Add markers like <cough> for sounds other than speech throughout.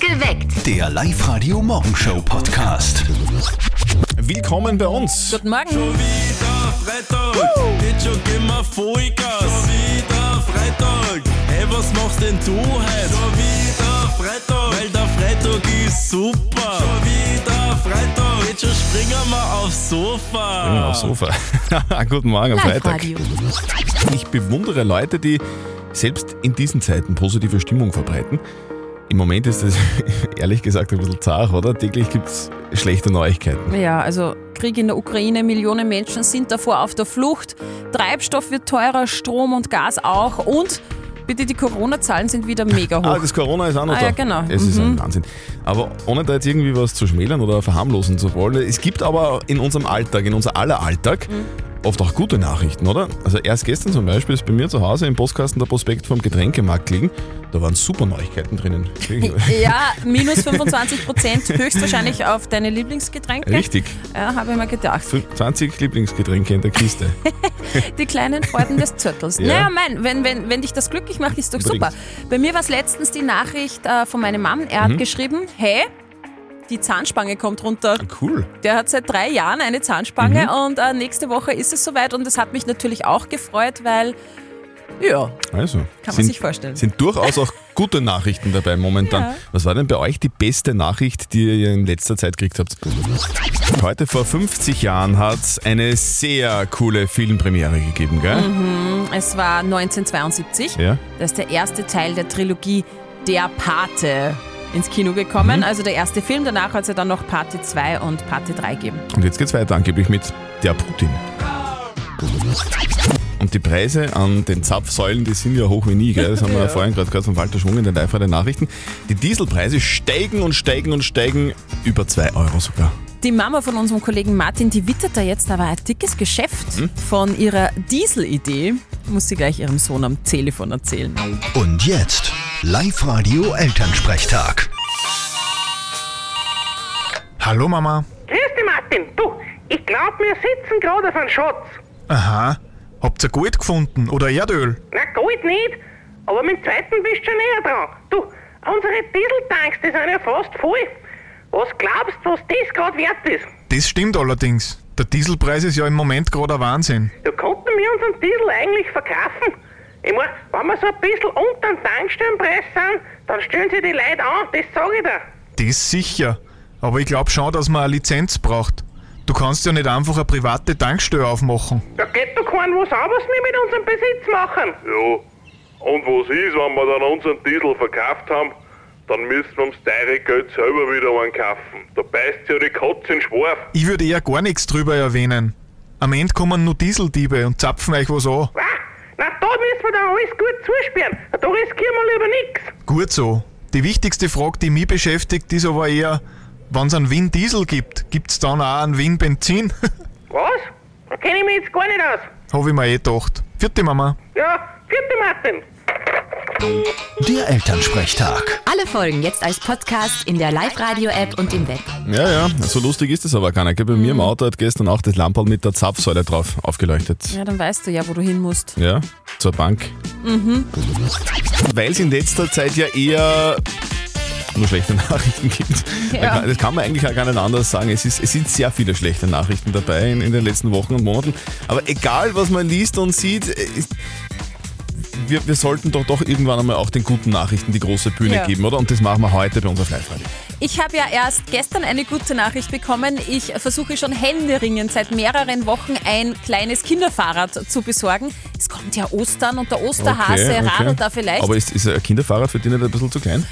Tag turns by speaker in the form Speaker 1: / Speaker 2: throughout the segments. Speaker 1: Geweckt.
Speaker 2: Der Live-Radio Morgenshow Podcast.
Speaker 3: Willkommen bei uns.
Speaker 4: Guten Morgen.
Speaker 5: wieder Freitag. Jetzt schon gehen wir Vollgas. Schon wieder Freitag. Hey, was machst denn du heute? Schon wieder Freitag. Weil der Freitag ist super. Schon wieder Freitag. Jetzt schon springen wir aufs Sofa.
Speaker 3: Ja, Aufs Sofa. <laughs> Guten Morgen am Freitag.
Speaker 4: Live-Radio.
Speaker 3: Ich bewundere Leute, die selbst in diesen Zeiten positive Stimmung verbreiten. Im Moment ist das <laughs> ehrlich gesagt ein bisschen zart, oder? Täglich gibt es schlechte Neuigkeiten.
Speaker 4: Ja, also Krieg in der Ukraine, Millionen Menschen sind davor auf der Flucht. Treibstoff wird teurer, Strom und Gas auch. Und bitte, die Corona-Zahlen sind wieder mega hoch.
Speaker 3: Ah, das Corona ist auch noch
Speaker 4: Ah,
Speaker 3: da.
Speaker 4: ja, genau.
Speaker 3: Es ist ein Wahnsinn. Aber ohne da jetzt irgendwie was zu schmälern oder verharmlosen zu wollen, es gibt aber in unserem Alltag, in unser aller Alltag,
Speaker 4: Mhm.
Speaker 3: oft auch gute Nachrichten, oder? Also erst gestern zum Beispiel ist bei mir zu Hause im Postkasten der Prospekt vom Getränkemarkt liegen. Da waren super Neuigkeiten
Speaker 4: <laughs>
Speaker 3: drinnen.
Speaker 4: <laughs>
Speaker 3: äh,
Speaker 4: ja, minus 25 Prozent, höchstwahrscheinlich auf deine Lieblingsgetränke.
Speaker 3: Richtig.
Speaker 4: Ja, habe ich mir gedacht.
Speaker 3: 20 Lieblingsgetränke in der Kiste. Ah,
Speaker 4: Die kleinen Freuden des Zirkels.
Speaker 3: Ja.
Speaker 4: Naja, mein, wenn, wenn, wenn dich das glücklich macht, ist doch
Speaker 3: Unbedingt.
Speaker 4: super. Bei mir war es letztens die Nachricht äh, von meinem Mann. Er hat
Speaker 3: Mhm.
Speaker 4: geschrieben, hey, die Zahnspange kommt runter.
Speaker 3: Cool.
Speaker 4: Der hat seit drei Jahren eine Zahnspange und äh, nächste Woche ist es soweit. Und das hat mich natürlich auch gefreut, weil, ja,
Speaker 3: Also,
Speaker 4: man sich vorstellen.
Speaker 3: Sind durchaus auch gute Nachrichten dabei momentan.
Speaker 4: Ja.
Speaker 3: Was war denn bei euch die beste Nachricht, die ihr in letzter Zeit gekriegt habt? Heute vor 50 Jahren hat es eine sehr coole Filmpremiere gegeben, gell?
Speaker 4: Mhm. es war 1972.
Speaker 3: Ja.
Speaker 4: Da ist der erste Teil der Trilogie Der Pate ins Kino gekommen. Also der erste Film. Danach hat es ja dann noch Pate 2 und Pate 3 gegeben.
Speaker 3: Und jetzt geht's weiter angeblich mit der Putin. Und die Preise an den Zapfsäulen, die sind ja hoch wie nie, gell? Das haben wir ja. vorhin gerade gehört von Walter Schwung in den live der Nachrichten. Die Dieselpreise steigen und steigen und steigen über 2 Euro sogar.
Speaker 4: Die Mama von unserem Kollegen Martin, die wittert da jetzt aber ein dickes Geschäft von ihrer Dieselidee. Muss sie gleich ihrem Sohn am Telefon erzählen.
Speaker 2: Und jetzt Live-Radio Elternsprechtag.
Speaker 6: Hallo Mama.
Speaker 7: Grüß dich, Martin. Du, ich glaub, wir sitzen gerade auf einem Schatz.
Speaker 6: Aha. Habt ihr Gold gefunden oder Erdöl?
Speaker 7: Na, Gold nicht, aber mit dem zweiten bist du schon näher dran. Du, unsere Dieseltanks, die sind ja fast voll. Was glaubst du, was das gerade wert ist?
Speaker 6: Das stimmt allerdings. Der Dieselpreis ist ja im Moment gerade ein Wahnsinn.
Speaker 7: Da konnten wir unseren Diesel eigentlich verkaufen. Ich mein, wenn wir so ein bisschen unter dem Tankstellenpreis sind, dann stellen sie die Leute an, das sage ich dir.
Speaker 6: Das sicher. Aber ich glaube schon, dass man eine Lizenz braucht. Du kannst ja nicht einfach eine private Tankstelle aufmachen.
Speaker 7: Da geht doch keinen was an, was wir mit unserem Besitz machen.
Speaker 8: Ja. Und was ist, wenn wir dann unseren Diesel verkauft haben, dann müssen wir ums teure Geld selber wieder einen kaufen. Da beißt ja die Katze in den Schwarf.
Speaker 6: Ich würde eher gar nichts drüber erwähnen. Am Ende kommen nur Dieseldiebe und zapfen euch was an.
Speaker 7: Was? Na, da müssen wir dann alles gut zusperren. Da riskieren wir lieber nix.
Speaker 6: Gut so. Die wichtigste Frage, die mich beschäftigt, ist aber eher, wenn es einen Wien-Diesel gibt, gibt es dann auch einen <laughs> Wien-Benzin?
Speaker 7: Was? Da kenne ich mich jetzt gar nicht aus.
Speaker 6: Habe ich mir eh gedacht. Vierte Mama.
Speaker 7: Ja, vierte Martin.
Speaker 2: Der Elternsprechtag.
Speaker 9: Alle Folgen jetzt als Podcast in der Live-Radio-App und im Web.
Speaker 3: Ja, ja, so lustig ist es aber gar nicht. gell? Bei mir im Auto hat gestern auch das Lamperl mit der Zapfsäule drauf aufgeleuchtet.
Speaker 4: Ja, dann weißt du ja, wo du hin musst.
Speaker 3: Ja, zur Bank.
Speaker 4: Mhm.
Speaker 3: Weil es in letzter Zeit ja eher nur schlechte <laughs> Nachrichten gibt. Man kann- Das kann man eigentlich auch gar nicht anders sagen. Es, ist, es sind sehr viele schlechte Nachrichten dabei in, in den letzten Wochen und Monaten. Aber egal, was man liest und sieht, äh, ist- wir, wir sollten doch doch irgendwann einmal auch den guten Nachrichten die große Bühne
Speaker 4: Ja.
Speaker 3: geben, oder? Und das machen wir heute bei unserer Live-Radio.
Speaker 4: Ich habe ja erst gestern eine gute Nachricht bekommen. Ich versuche schon händeringend seit mehreren Wochen ein kleines Kinderfahrrad zu besorgen. Es kommt ja Ostern und der Osterhase radelt da vielleicht.
Speaker 3: Aber ist, ist ein Kinderfahrrad für dich nicht ein bisschen zu klein?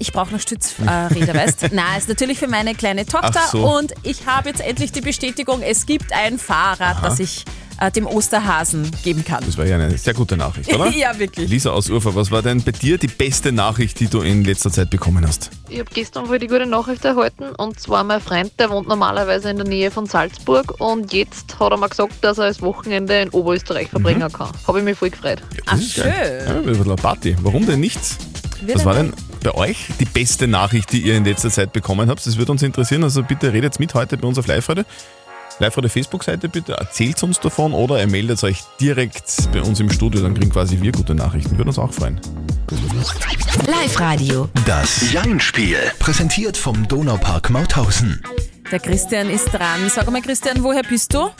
Speaker 4: ich brauche noch Stützräder, äh,
Speaker 3: <laughs>
Speaker 4: Räder, weißt Na, ist natürlich für meine kleine Tochter.
Speaker 3: Ach so.
Speaker 4: Und ich habe jetzt endlich die Bestätigung, es gibt ein Fahrrad, das ich äh, dem Osterhasen geben kann.
Speaker 3: Das war ja eine sehr gute
Speaker 4: <laughs>
Speaker 3: Nachricht, oder?
Speaker 4: Ja, wirklich.
Speaker 3: Lisa aus Urfa, was war denn bei dir die beste Nachricht, die du in letzter Zeit bekommen hast?
Speaker 10: Ich habe gestern wohl die gute Nachricht erhalten und zwar mein Freund, der wohnt normalerweise in der Nähe von Salzburg und jetzt hat er mir gesagt, dass er das Wochenende in Oberösterreich verbringen kann. Habe ich mich voll gefreut.
Speaker 3: Ach,
Speaker 4: schön.
Speaker 3: Ja, ein bisschen eine Party. Warum denn nicht? was
Speaker 4: denn
Speaker 3: war denn bei euch die beste Nachricht, die ihr in letzter Zeit bekommen habt? Das würde uns interessieren. Also bitte redet mit heute bei uns auf Live-Radio. Live-Radio Facebook-Seite bitte. Erzählt uns davon oder ihr meldet euch direkt bei uns im Studio. Dann kriegen quasi wir gute Nachrichten. Würde uns auch freuen.
Speaker 9: Live-Radio.
Speaker 2: Das Jein-Spiel. Präsentiert vom Donaupark Mauthausen.
Speaker 4: Der Christian ist dran. Sag mal, Christian, woher bist du?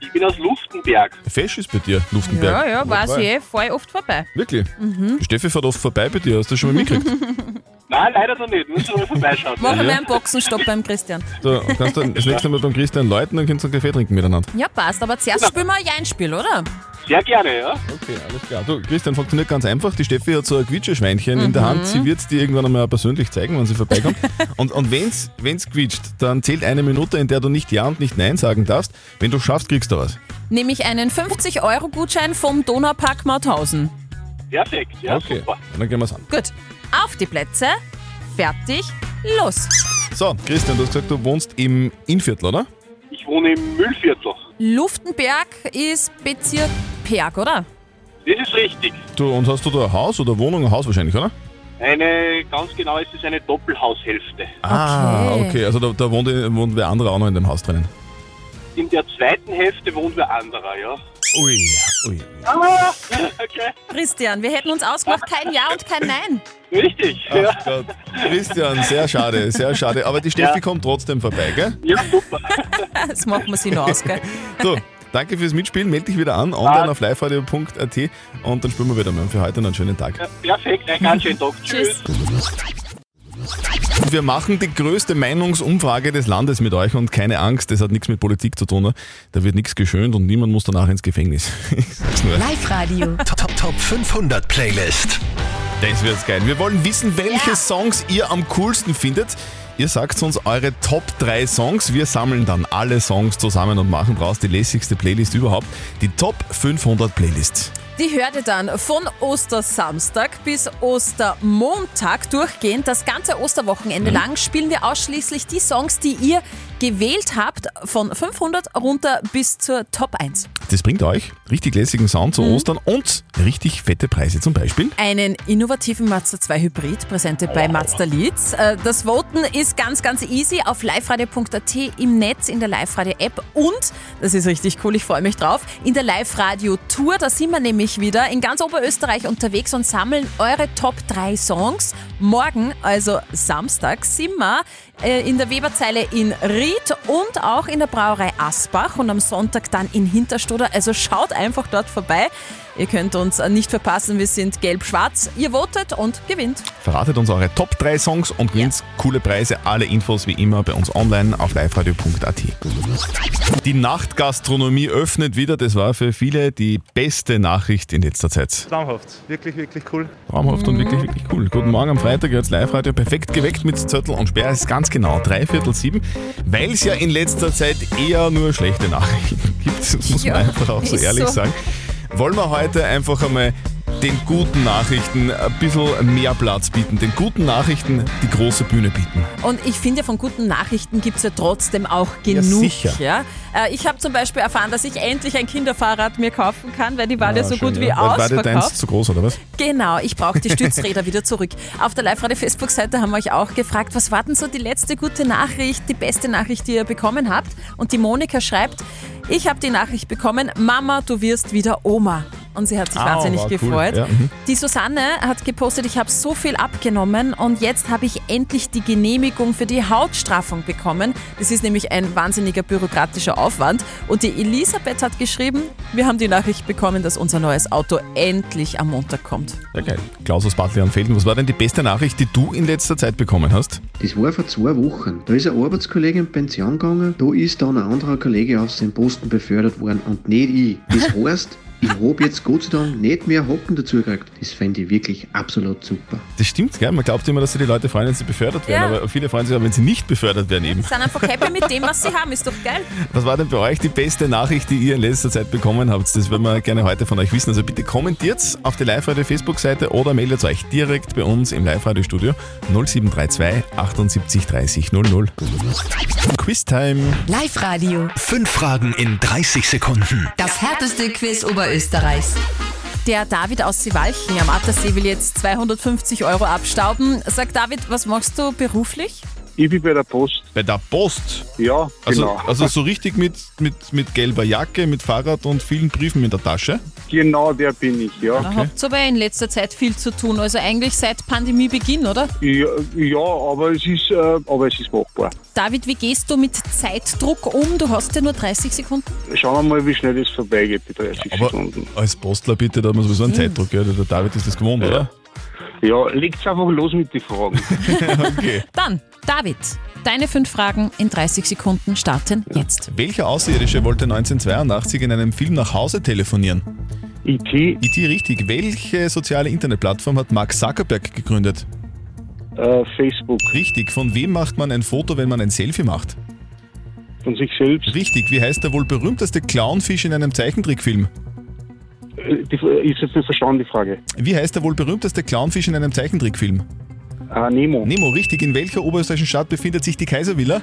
Speaker 1: Ich bin aus Luftenberg.
Speaker 3: Fesch ist bei dir, Luftenberg.
Speaker 4: Ja, Mhm. ja, weiß
Speaker 3: Wobei.
Speaker 4: ich eh, fahr ich oft vorbei.
Speaker 3: Wirklich? Die Steffi fährt oft vorbei bei dir, hast du das schon mal
Speaker 4: <laughs>
Speaker 3: mitgekriegt?
Speaker 1: Nein, leider noch nicht. Müssen wir mal vorbeischauen.
Speaker 4: Machen wir einen Boxenstopp beim Christian.
Speaker 3: Da kannst du das nächste Mal beim Christian läuten, dann könnt ihr einen Kaffee trinken miteinander.
Speaker 4: Ja, passt, aber zuerst spielen wir ein Spiel, oder?
Speaker 1: Sehr gerne, ja.
Speaker 3: Okay, alles klar. Du, Christian, funktioniert ganz einfach. Die Steffi hat so ein Quietscheschweinchen in der Hand. Sie wird es dir irgendwann einmal persönlich zeigen, wenn sie <laughs> vorbeikommt. und und wenn es quietscht, dann zählt eine Minute, in der du nicht Ja und nicht Nein sagen darfst. Wenn du schaffst, kriegst du was.
Speaker 4: Nehme ich einen 50-Euro-Gutschein vom Donaupark Mauthausen.
Speaker 1: Perfekt, ja.
Speaker 3: okay,
Speaker 1: Super.
Speaker 3: dann gehen wir es an.
Speaker 4: Gut, auf die Plätze, fertig, los.
Speaker 3: So, Christian, du hast gesagt, du wohnst im Innviertel, oder?
Speaker 1: Ich wohne im Müllviertel.
Speaker 4: Luftenberg ist Bezirk Perg, oder?
Speaker 1: Das ist richtig.
Speaker 3: Du, und hast du da ein Haus oder Wohnung? Ein Haus wahrscheinlich, oder?
Speaker 1: Eine, ganz genau ist es eine Doppelhaushälfte.
Speaker 3: Ah, okay. Also da, da wohnt, wohnt wer anderer auch noch in dem Haus drinnen.
Speaker 1: In der zweiten Hälfte wohnt wer anderer, ja.
Speaker 3: Ui, ui.
Speaker 1: Ah, okay.
Speaker 4: Christian, wir hätten uns ausgemacht, kein Ja und kein Nein.
Speaker 1: Richtig, ja.
Speaker 3: Ach Gott. Christian, sehr schade, sehr schade. Aber die Steffi
Speaker 1: Ja.
Speaker 3: kommt trotzdem vorbei, gell?
Speaker 1: Ja, super.
Speaker 4: Das machen wir sie noch aus, gell?
Speaker 3: So, danke fürs Mitspielen. Melde dich wieder an, online auf liveradio.at und dann spielen wir wieder mal. Für heute noch einen schönen Tag.
Speaker 1: Perfekt, einen ganz schönen Tag. Tschüss.
Speaker 4: Tschüss.
Speaker 3: Wir machen die größte Meinungsumfrage des Landes mit euch und keine Angst, das hat nichts mit Politik zu tun. ne? Da wird nichts geschönt und niemand muss danach ins Gefängnis. <laughs> Ich sag's nur.
Speaker 11: <laughs>
Speaker 9: Live-Radio.
Speaker 2: Top, top, top 500 Playlist.
Speaker 3: Das wird's geil. Wir wollen wissen, welche Songs ihr am coolsten findet. Ihr sagt uns eure Top 3 Songs. Wir sammeln dann alle Songs zusammen und machen daraus die lässigste Playlist überhaupt. Die Top 500 Playlist.
Speaker 4: Die hört ihr dann von Ostersamstag bis Ostermontag durchgehend. Das ganze Osterwochenende lang spielen wir ausschließlich die Songs, die ihr gewählt habt, von 500 runter bis zur Top 1.
Speaker 3: Das bringt euch richtig lässigen Sound zu Ostern und richtig fette Preise zum Beispiel.
Speaker 4: Einen innovativen Mazda 2 Hybrid, präsentiert bei Mazda Leads. Äh, Das Voten ist ganz, ganz easy auf liveradio.at im Netz, in der Live-Radio-App und, das ist richtig cool, ich freue mich drauf, in der Live-Radio-Tour. Da sind wir nämlich wieder in ganz Oberösterreich unterwegs und sammeln eure Top 3 Songs. Morgen, also Samstag, sind wir äh, in der Weberzeile in Ried und auch in der Brauerei Asbach und am Sonntag dann in Hinterstoder. Also schaut einfach dort vorbei. Ihr könnt uns äh, nicht verpassen, wir sind gelb-schwarz. Ihr votet und gewinnt.
Speaker 3: Verratet uns eure Top 3 Songs und gewinnt coole Preise. Alle Infos wie immer bei uns online auf liveradio.at. Die Nachtgastronomie öffnet wieder. Das war für viele die beste Nachricht in letzter Zeit.
Speaker 12: Traumhaft, wirklich, wirklich cool.
Speaker 3: Traumhaft und wirklich, wirklich cool. Guten Morgen am Freitag, jetzt Live-Radio, perfekt geweckt mit Zettel und Sperr, ist ganz genau drei Viertel sieben, weil es ja in letzter Zeit eher nur schlechte Nachrichten <laughs> gibt, das muss
Speaker 4: Ja,
Speaker 3: man einfach auch so
Speaker 4: ist
Speaker 3: ehrlich
Speaker 4: so.
Speaker 3: sagen. Wollen wir heute einfach einmal den guten Nachrichten ein bisschen mehr Platz bieten, den guten Nachrichten die große Bühne bieten.
Speaker 4: Und ich finde, von guten Nachrichten gibt es ja trotzdem auch
Speaker 3: Ja,
Speaker 4: genug.
Speaker 3: sicher.
Speaker 4: ja? Äh, Ich habe zum Beispiel erfahren, dass ich endlich ein Kinderfahrrad mir kaufen kann, weil die waren ja, so
Speaker 3: Ah, schön,
Speaker 4: gut wie
Speaker 3: War dir deins
Speaker 4: ausverkauft.
Speaker 3: zu groß, oder was?
Speaker 4: Genau, ich brauche
Speaker 3: <laughs>
Speaker 4: die Stützräder wieder zurück. Auf der Live-Radio-Facebook-Seite haben wir euch auch gefragt, was war denn so die letzte gute Nachricht, die beste Nachricht, die ihr bekommen habt? Und die Monika schreibt, ich habe die Nachricht bekommen, Mama, du wirst wieder Oma. Und sie hat sich
Speaker 3: Au,
Speaker 4: wahnsinnig
Speaker 3: Ah, war cool,
Speaker 4: gefreut.
Speaker 3: ja, mhm.
Speaker 4: Die Susanne hat gepostet, ich habe so viel abgenommen und jetzt habe ich endlich die Genehmigung für die Hautstraffung bekommen. Das ist nämlich ein wahnsinniger bürokratischer Aufwand. Und die Elisabeth hat geschrieben, wir haben die Nachricht bekommen, dass unser neues Auto endlich am Montag kommt.
Speaker 3: Ja, geil. Klaus aus Bad Felden, was war denn die beste Nachricht, die du in letzter Zeit bekommen hast?
Speaker 13: Das war vor zwei Wochen. Da ist ein Arbeitskollege in Pension gegangen, da ist dann ein anderer Kollege auf seinen Posten befördert worden und nicht ich.
Speaker 4: <laughs>
Speaker 13: Das heißt, ich hab jetzt Gott sei Dank nicht mehr Hocken dazu gekriegt. Das fände ich wirklich absolut super.
Speaker 3: Das stimmt, gell? Man glaubt immer, dass sich die Leute freuen, wenn sie befördert werden,
Speaker 4: Ja.
Speaker 3: aber viele freuen sich auch, wenn sie nicht befördert werden eben.
Speaker 4: Sie sind einfach happy mit dem, was sie haben, ist doch geil.
Speaker 3: Was war denn bei euch die beste Nachricht, die ihr in letzter Zeit bekommen habt? Das würden wir gerne heute von euch wissen. Also bitte kommentiert auf der Live-Radio-Facebook-Seite oder meldet euch direkt bei uns im Live-Radio-Studio 0732 78 30 00. Quiz-Time.
Speaker 9: Live-Radio.
Speaker 2: Fünf Fragen in 30 Sekunden.
Speaker 9: Das härteste Quiz Oberösterreichs.
Speaker 4: Der David aus Sivalchen am Attersee will jetzt 250 Euro abstauben. Sagt David, was machst du beruflich?
Speaker 12: Ich bin bei der Post,
Speaker 3: Bei der Post.
Speaker 12: ja,
Speaker 3: Also,
Speaker 4: äh,
Speaker 12: genau.
Speaker 3: also so richtig mit, mit, mit gelber Jacke, mit Fahrrad und vielen Briefen in der Tasche.
Speaker 12: Genau der bin ich,
Speaker 4: <laughs>
Speaker 12: ja.
Speaker 4: Da habt ihr aber in letzter Zeit viel zu tun. Also eigentlich seit Pandemiebeginn, oder?
Speaker 12: Ja, ja, aber es ist, äh, aber es ist machbar.
Speaker 4: David, wie gehst du mit Zeitdruck um? Du hast ja nur 30 Sekunden.
Speaker 12: Schauen wir mal, wie schnell es vorbeigeht, die 30
Speaker 3: Aber
Speaker 12: Sekunden.
Speaker 3: als Postler bitte, da hat man sowieso einen Zeitdruck, ja. Der David ist das gewohnt, oder?
Speaker 12: Ja, legt's einfach los mit den Fragen.
Speaker 3: okay.
Speaker 4: Dann, David, deine fünf Fragen in 30 Sekunden starten jetzt.
Speaker 3: Welcher Außerirdische wollte 1982 in einem Film nach Hause telefonieren? E
Speaker 12: IT.
Speaker 3: IT, richtig. Welche soziale Internetplattform hat Mark Zuckerberg gegründet?
Speaker 12: Äh, Facebook.
Speaker 3: Richtig. Von wem macht man ein Foto, wenn man ein Selfie macht?
Speaker 12: Von sich selbst.
Speaker 3: Richtig. Wie heißt der wohl berühmteste Clownfisch in einem Zeichentrickfilm?
Speaker 12: Äh, Die, ist jetzt nicht verstanden, die Frage.
Speaker 3: Wie heißt der wohl berühmteste Clownfisch in einem Zeichentrickfilm?
Speaker 12: Ah, Nemo.
Speaker 3: Nemo, richtig. In welcher oberösterreichischen Stadt befindet sich die Kaiservilla?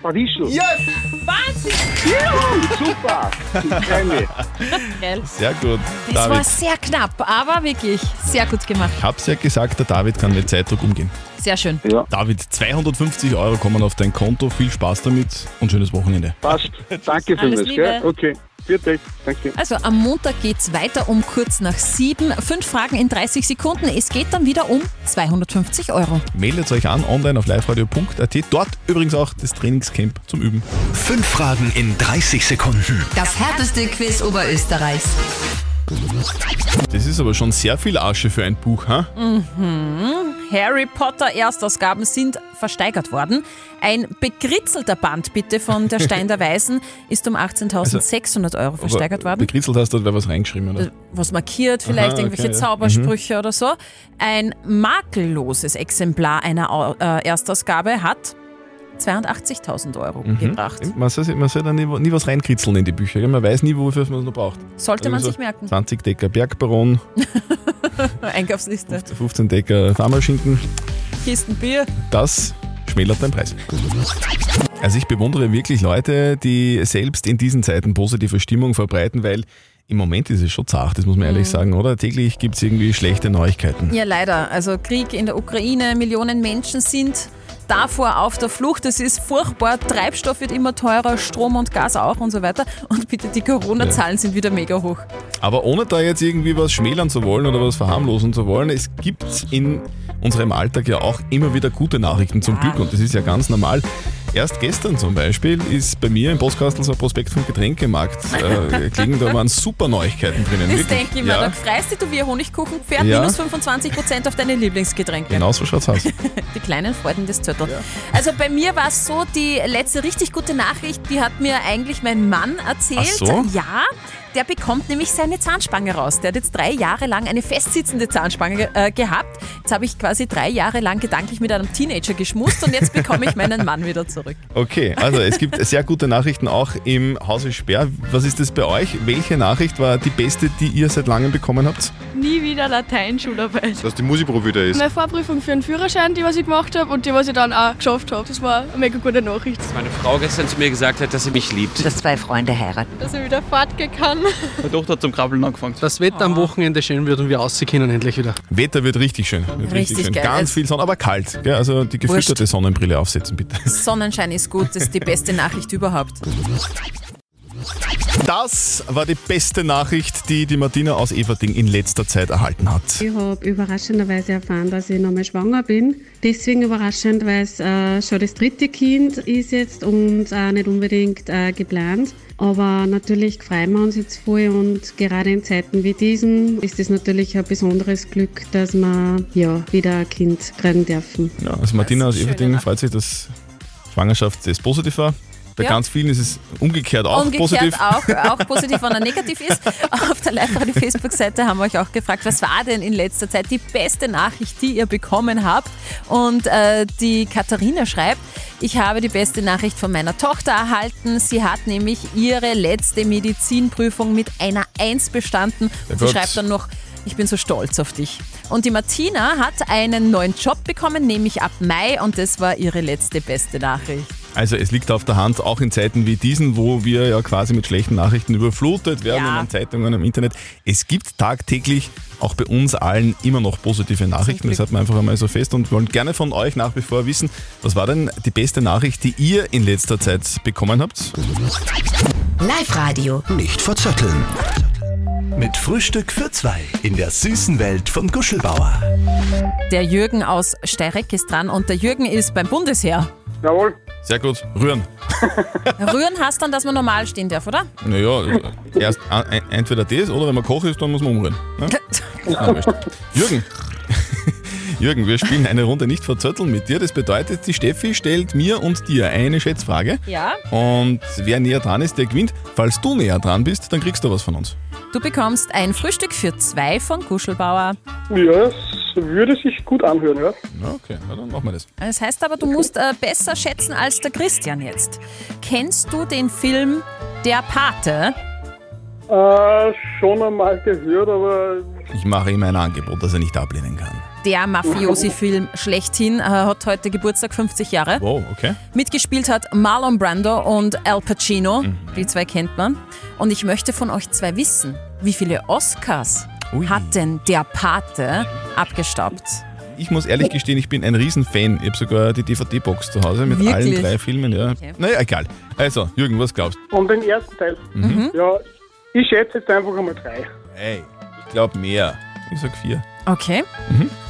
Speaker 12: Parisel.
Speaker 3: Yes!
Speaker 4: Wahnsinn!
Speaker 12: Super!
Speaker 4: Geil.
Speaker 3: Sehr gut,
Speaker 4: Das war
Speaker 3: David.
Speaker 4: sehr knapp, aber wirklich sehr gut gemacht.
Speaker 3: Ich hab's ja gesagt, der David kann mit Zeitdruck umgehen.
Speaker 4: Sehr schön.
Speaker 3: David, 250 Euro kommen auf dein Konto. Viel Spaß damit und schönes Wochenende.
Speaker 12: Passt. Danke für
Speaker 4: Alles
Speaker 12: das. Gell?
Speaker 4: Liebe.
Speaker 12: Okay. Vierte. Danke.
Speaker 4: Also am Montag geht's weiter um kurz nach sieben. Fünf Fragen in 30 Sekunden. Es geht dann wieder um 250 Euro.
Speaker 3: Meldet euch an online auf liveradio.at. Dort übrigens auch das Trainingscamp zum Üben.
Speaker 2: Fünf Fragen in 30 Sekunden.
Speaker 14: Das härteste Quiz Oberösterreichs.
Speaker 3: Das ist aber schon sehr viel Asche für ein Buch, ha?
Speaker 4: Mhm. Harry Potter Erstausgaben sind versteigert worden. Ein bekritzelter Band bitte von der Stein der
Speaker 3: <laughs>
Speaker 4: Weisen ist um 18.600 Euro versteigert
Speaker 3: Also, Aber
Speaker 4: worden.
Speaker 3: Bekritzelt hast du, da was reingeschrieben, oder?
Speaker 4: Was markiert, vielleicht
Speaker 3: Aha, okay,
Speaker 4: irgendwelche
Speaker 3: ja. Mhm.
Speaker 4: Zaubersprüche oder so. Ein makelloses Exemplar einer Au- äh, Erstausgabe hat 82.000 Euro
Speaker 3: Mhm.
Speaker 4: gebracht.
Speaker 3: Man soll, man soll da nie, nie was reinkritzeln in die Bücher. gell? Man weiß nie, wofür man es noch braucht.
Speaker 4: Sollte man
Speaker 3: Also
Speaker 4: sich merken.
Speaker 3: 20 Decker Bergbaron,
Speaker 4: Einkaufsliste,
Speaker 3: 15 Decker Farmerschinken.
Speaker 4: Kisten Bier.
Speaker 3: Das schmälert den Preis. Also ich bewundere wirklich Leute, die selbst in diesen Zeiten positive Stimmung verbreiten, weil im Moment ist es schon zart, das muss man ehrlich sagen, oder? Täglich gibt es irgendwie schlechte Neuigkeiten.
Speaker 4: Ja, leider. Also Krieg in der Ukraine, Millionen Menschen sind davor auf der Flucht. Es ist furchtbar. Treibstoff wird immer teurer, Strom und Gas auch und so weiter. Und bitte, die Corona-Zahlen sind wieder mega hoch.
Speaker 3: Aber ohne da jetzt irgendwie was schmälern zu wollen oder was verharmlosen zu wollen, es gibt in unserem Alltag ja auch immer wieder gute Nachrichten zum Glück und das ist ja ganz normal. Erst gestern zum Beispiel ist bei mir im Postkastel so ein Prospekt vom Getränkemarkt
Speaker 4: <laughs>
Speaker 3: äh, gelegen, da waren super Neuigkeiten drinnen.
Speaker 4: Das
Speaker 3: wirklich.
Speaker 4: denke ich mir.
Speaker 3: Ja.
Speaker 4: Da freust dich du wie ein Honigkuchenpferd,
Speaker 3: Ja.
Speaker 4: minus 25% auf deine Lieblingsgetränke.
Speaker 3: Genau so schaut's aus.
Speaker 4: <laughs> Die kleinen Freuden des Zöttel. Also bei mir war es so, die letzte richtig gute Nachricht, die hat mir eigentlich mein Mann erzählt.
Speaker 3: Ach so?
Speaker 4: Ja, der bekommt nämlich seine Zahnspange raus. Der hat jetzt drei Jahre lang eine festsitzende Zahnspange äh, gehabt. Jetzt habe ich quasi drei Jahre lang gedanklich mit einem Teenager geschmust und jetzt bekomme ich meinen Mann wieder zurück.
Speaker 3: Okay, also es gibt sehr gute Nachrichten auch im Hause Sperr. Was ist das bei euch? Welche Nachricht war die beste, die ihr seit langem bekommen habt?
Speaker 11: Nie wieder Lateinschularbeit.
Speaker 15: Dass die Musikprobe wieder ist.
Speaker 11: Meine Vorprüfung für einen Führerschein, die was ich gemacht habe und die was ich dann auch geschafft habe, das war eine mega gute Nachricht.
Speaker 16: Meine Frau gestern zu mir gesagt hat, dass sie mich liebt. Dass zwei Freunde heiraten.
Speaker 11: Dass ich wieder fortgehen kann.
Speaker 16: Meine Tochter hat zum Krabbeln angefangen.
Speaker 17: Das Wetter am Wochenende schön wird und wir aussehen können endlich wieder.
Speaker 3: Wetter wird richtig schön. Wird
Speaker 4: Richtig
Speaker 3: schön.
Speaker 4: geil.
Speaker 3: Ganz viel Sonne, aber kalt. Gell? Also die gefilterte Sonnenbrille aufsetzen, bitte.
Speaker 4: Sonnenschein ist gut, das ist die beste Nachricht überhaupt.
Speaker 3: <laughs> Das war die beste Nachricht, die die Martina aus Everding in letzter Zeit erhalten hat.
Speaker 18: Ich habe überraschenderweise erfahren, dass ich nochmal schwanger bin. Deswegen überraschend, weil es äh, schon das dritte Kind ist jetzt und äh, nicht unbedingt äh, geplant. Aber natürlich freuen wir uns jetzt voll und gerade in Zeiten wie diesen ist es natürlich ein besonderes Glück, dass wir ja, wieder ein Kind kriegen dürfen.
Speaker 3: Ja, also Martina aus Everding freut sich, dass Schwangerschaft das positiv war. Bei
Speaker 4: Ja.
Speaker 3: ganz vielen ist es umgekehrt auch
Speaker 4: Umgekehrt
Speaker 3: positiv.
Speaker 4: Auch, auch positiv, wenn er negativ ist. Auf der Live-Radio-Facebook-Seite haben wir euch auch gefragt, was war denn in letzter Zeit die beste Nachricht, die ihr bekommen habt? Und äh, die Katharina schreibt, ich habe die beste Nachricht von meiner Tochter erhalten. Sie hat nämlich ihre letzte Medizinprüfung mit einer Eins bestanden.
Speaker 19: Ja,
Speaker 4: Und sie
Speaker 19: gut.
Speaker 4: schreibt dann noch, ich bin so stolz auf dich. Und die Martina hat einen neuen Job bekommen, nämlich ab Mai. Und das war ihre letzte beste Nachricht.
Speaker 3: Also es liegt auf der Hand, auch in Zeiten wie diesen, wo wir ja quasi mit schlechten Nachrichten überflutet werden in den Zeitungen im Internet. Es gibt tagtäglich auch bei uns allen immer noch positive Nachrichten. Das hat man einfach einmal so fest und wollen gerne von euch nach wie vor wissen, was war denn die beste Nachricht, die ihr in letzter Zeit bekommen habt?
Speaker 14: Live-Radio.
Speaker 2: Nicht verzetteln. Mit Frühstück für zwei in der süßen Welt von Guschelbauer.
Speaker 4: Der Jürgen aus Steyreck ist dran und der Jürgen ist beim Bundesheer.
Speaker 3: Jawohl. Sehr gut. Rühren.
Speaker 4: Rühren hast dann, dass man normal stehen darf, oder?
Speaker 3: Naja, erst ein- entweder das oder wenn man Koch ist, dann muss man umrühren. Ne? Na, wurscht. Jürgen. <laughs> Jürgen, wir spielen eine Runde nicht verzötteln mit dir. Das bedeutet, die Steffi stellt mir und dir eine Schätzfrage.
Speaker 4: Ja.
Speaker 3: Und wer näher dran ist, der gewinnt. Falls du näher dran bist, dann kriegst du was von uns.
Speaker 4: Du bekommst ein Frühstück für zwei von Kuschelbauer.
Speaker 15: Ja, es würde sich gut anhören, ja.
Speaker 3: Ja, okay, na, dann machen wir das.
Speaker 4: Das heißt aber, du musst äh, besser schätzen als der Christian jetzt. Kennst du den Film Der Pate?
Speaker 15: Äh, schon einmal gehört, aber
Speaker 3: Ich mache ihm ein Angebot, das er nicht ablehnen kann.
Speaker 4: Der Mafiosi-Film schlechthin äh, hat heute Geburtstag 50 Jahre.
Speaker 3: Wow, okay.
Speaker 4: Mitgespielt hat Marlon Brando und Al Pacino. Die zwei kennt man. Und ich möchte von euch zwei wissen, wie viele Oscars hat denn der Pate abgestaubt?
Speaker 3: Ich muss ehrlich gestehen, ich bin ein Riesenfan. Ich habe sogar die DVD-Box zu Hause mit
Speaker 4: Wirklich?
Speaker 3: allen drei Filmen. Ja. Naja, egal. Also, Jürgen, was glaubst du?
Speaker 15: um den ersten Teil. Ja, ich schätze jetzt einfach einmal drei. <laughs>
Speaker 3: Ey, ich glaube mehr. Ich sag vier.
Speaker 4: Okay.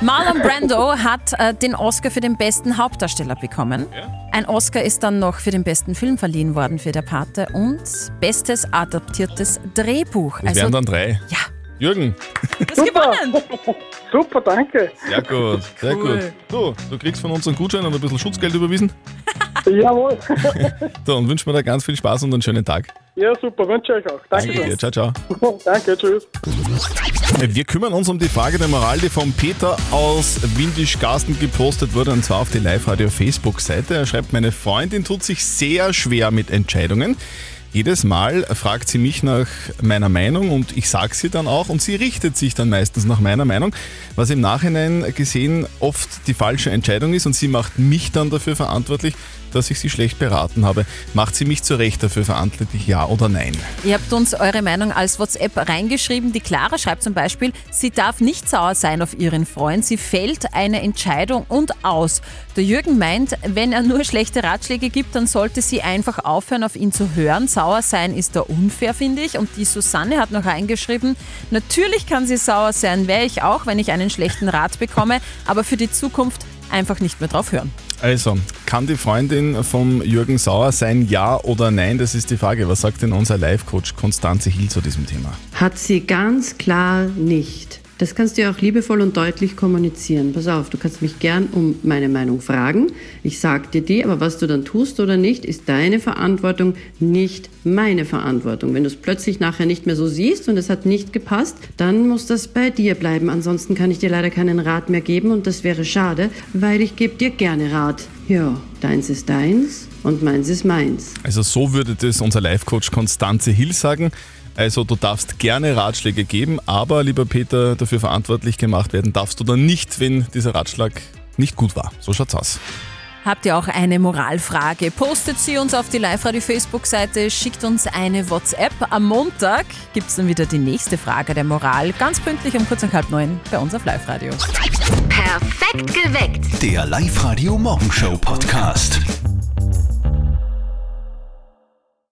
Speaker 4: Marlon Brando hat äh, den Oscar für den besten Hauptdarsteller bekommen. Ein Oscar ist dann noch für den besten Film verliehen worden für Der Pate und bestes adaptiertes Drehbuch. Also,
Speaker 3: Das wären dann drei.
Speaker 4: Ja.
Speaker 3: Also Jürgen,
Speaker 4: das gewonnen!
Speaker 15: Super, danke.
Speaker 3: <laughs> sehr gut, sehr
Speaker 15: Cool.
Speaker 3: gut. So, du kriegst von uns einen Gutschein und ein bisschen Schutzgeld überwiesen.
Speaker 15: Jawohl.
Speaker 3: So, und wünschen mir da ganz viel Spaß und einen schönen Tag.
Speaker 15: ja, super, wünsche euch auch. Danke.
Speaker 3: dir. Ciao, ciao.
Speaker 15: danke, tschüss.
Speaker 3: Wir kümmern uns um die Frage der Moral, die von Peter aus Windischgarsten gepostet wurde, und zwar auf die Live-Radio-Facebook-Seite. Er schreibt, meine Freundin tut sich sehr schwer mit Entscheidungen. Jedes Mal fragt sie mich nach meiner Meinung und ich sage sie dann auch und sie richtet sich dann meistens nach meiner Meinung, was im Nachhinein gesehen oft die falsche Entscheidung ist und sie macht mich dann dafür verantwortlich, dass ich sie schlecht beraten habe. Macht sie mich zu Recht dafür verantwortlich, ja oder nein?
Speaker 4: Ihr habt uns eure Meinung als WhatsApp reingeschrieben. Die Clara schreibt zum Beispiel, sie darf nicht sauer sein auf ihren Freund. Sie fällt eine Entscheidung und aus. Der Jürgen meint, wenn er nur schlechte Ratschläge gibt, dann sollte sie einfach aufhören, auf ihn zu hören. Sauer sein ist da unfair, finde ich. Und die Susanne hat noch reingeschrieben, natürlich kann sie sauer sein, wäre ich auch, wenn ich einen schlechten Rat bekomme, aber für die Zukunft einfach nicht mehr drauf hören.
Speaker 3: Also, kann die Freundin vom Jürgen Sauer sein, ja oder nein? Das ist die Frage. Was sagt denn unser Live-Coach Konstanze Hill zu diesem Thema?
Speaker 14: Hat sie ganz klar nicht. Das kannst du ja auch liebevoll und deutlich kommunizieren. Pass auf, du kannst mich gern um meine Meinung fragen. Ich sag dir die, aber was du dann tust oder nicht, ist deine Verantwortung, nicht meine Verantwortung. Wenn du es plötzlich nachher nicht mehr so siehst und es hat nicht gepasst, dann muss das bei dir bleiben. Ansonsten kann ich dir leider keinen Rat mehr geben und das wäre schade, weil ich gebe dir gerne Rat. Ja, deins ist deins und meins ist meins.
Speaker 3: Also, so würde das unser Live-Coach Konstanze Hill sagen. Also, du darfst gerne Ratschläge geben, aber, lieber Peter, dafür verantwortlich gemacht werden darfst du dann nicht, wenn dieser Ratschlag nicht gut war. So schaut's aus.
Speaker 4: Habt ihr auch eine Moralfrage? Postet sie uns auf die Live-Radio-Facebook-Seite, schickt uns eine WhatsApp. Am Montag gibt es dann wieder die nächste Frage der Moral, ganz pünktlich um kurz nach halb neun bei uns auf Live-Radio.
Speaker 2: Der Live-Radio Morgenshow Podcast.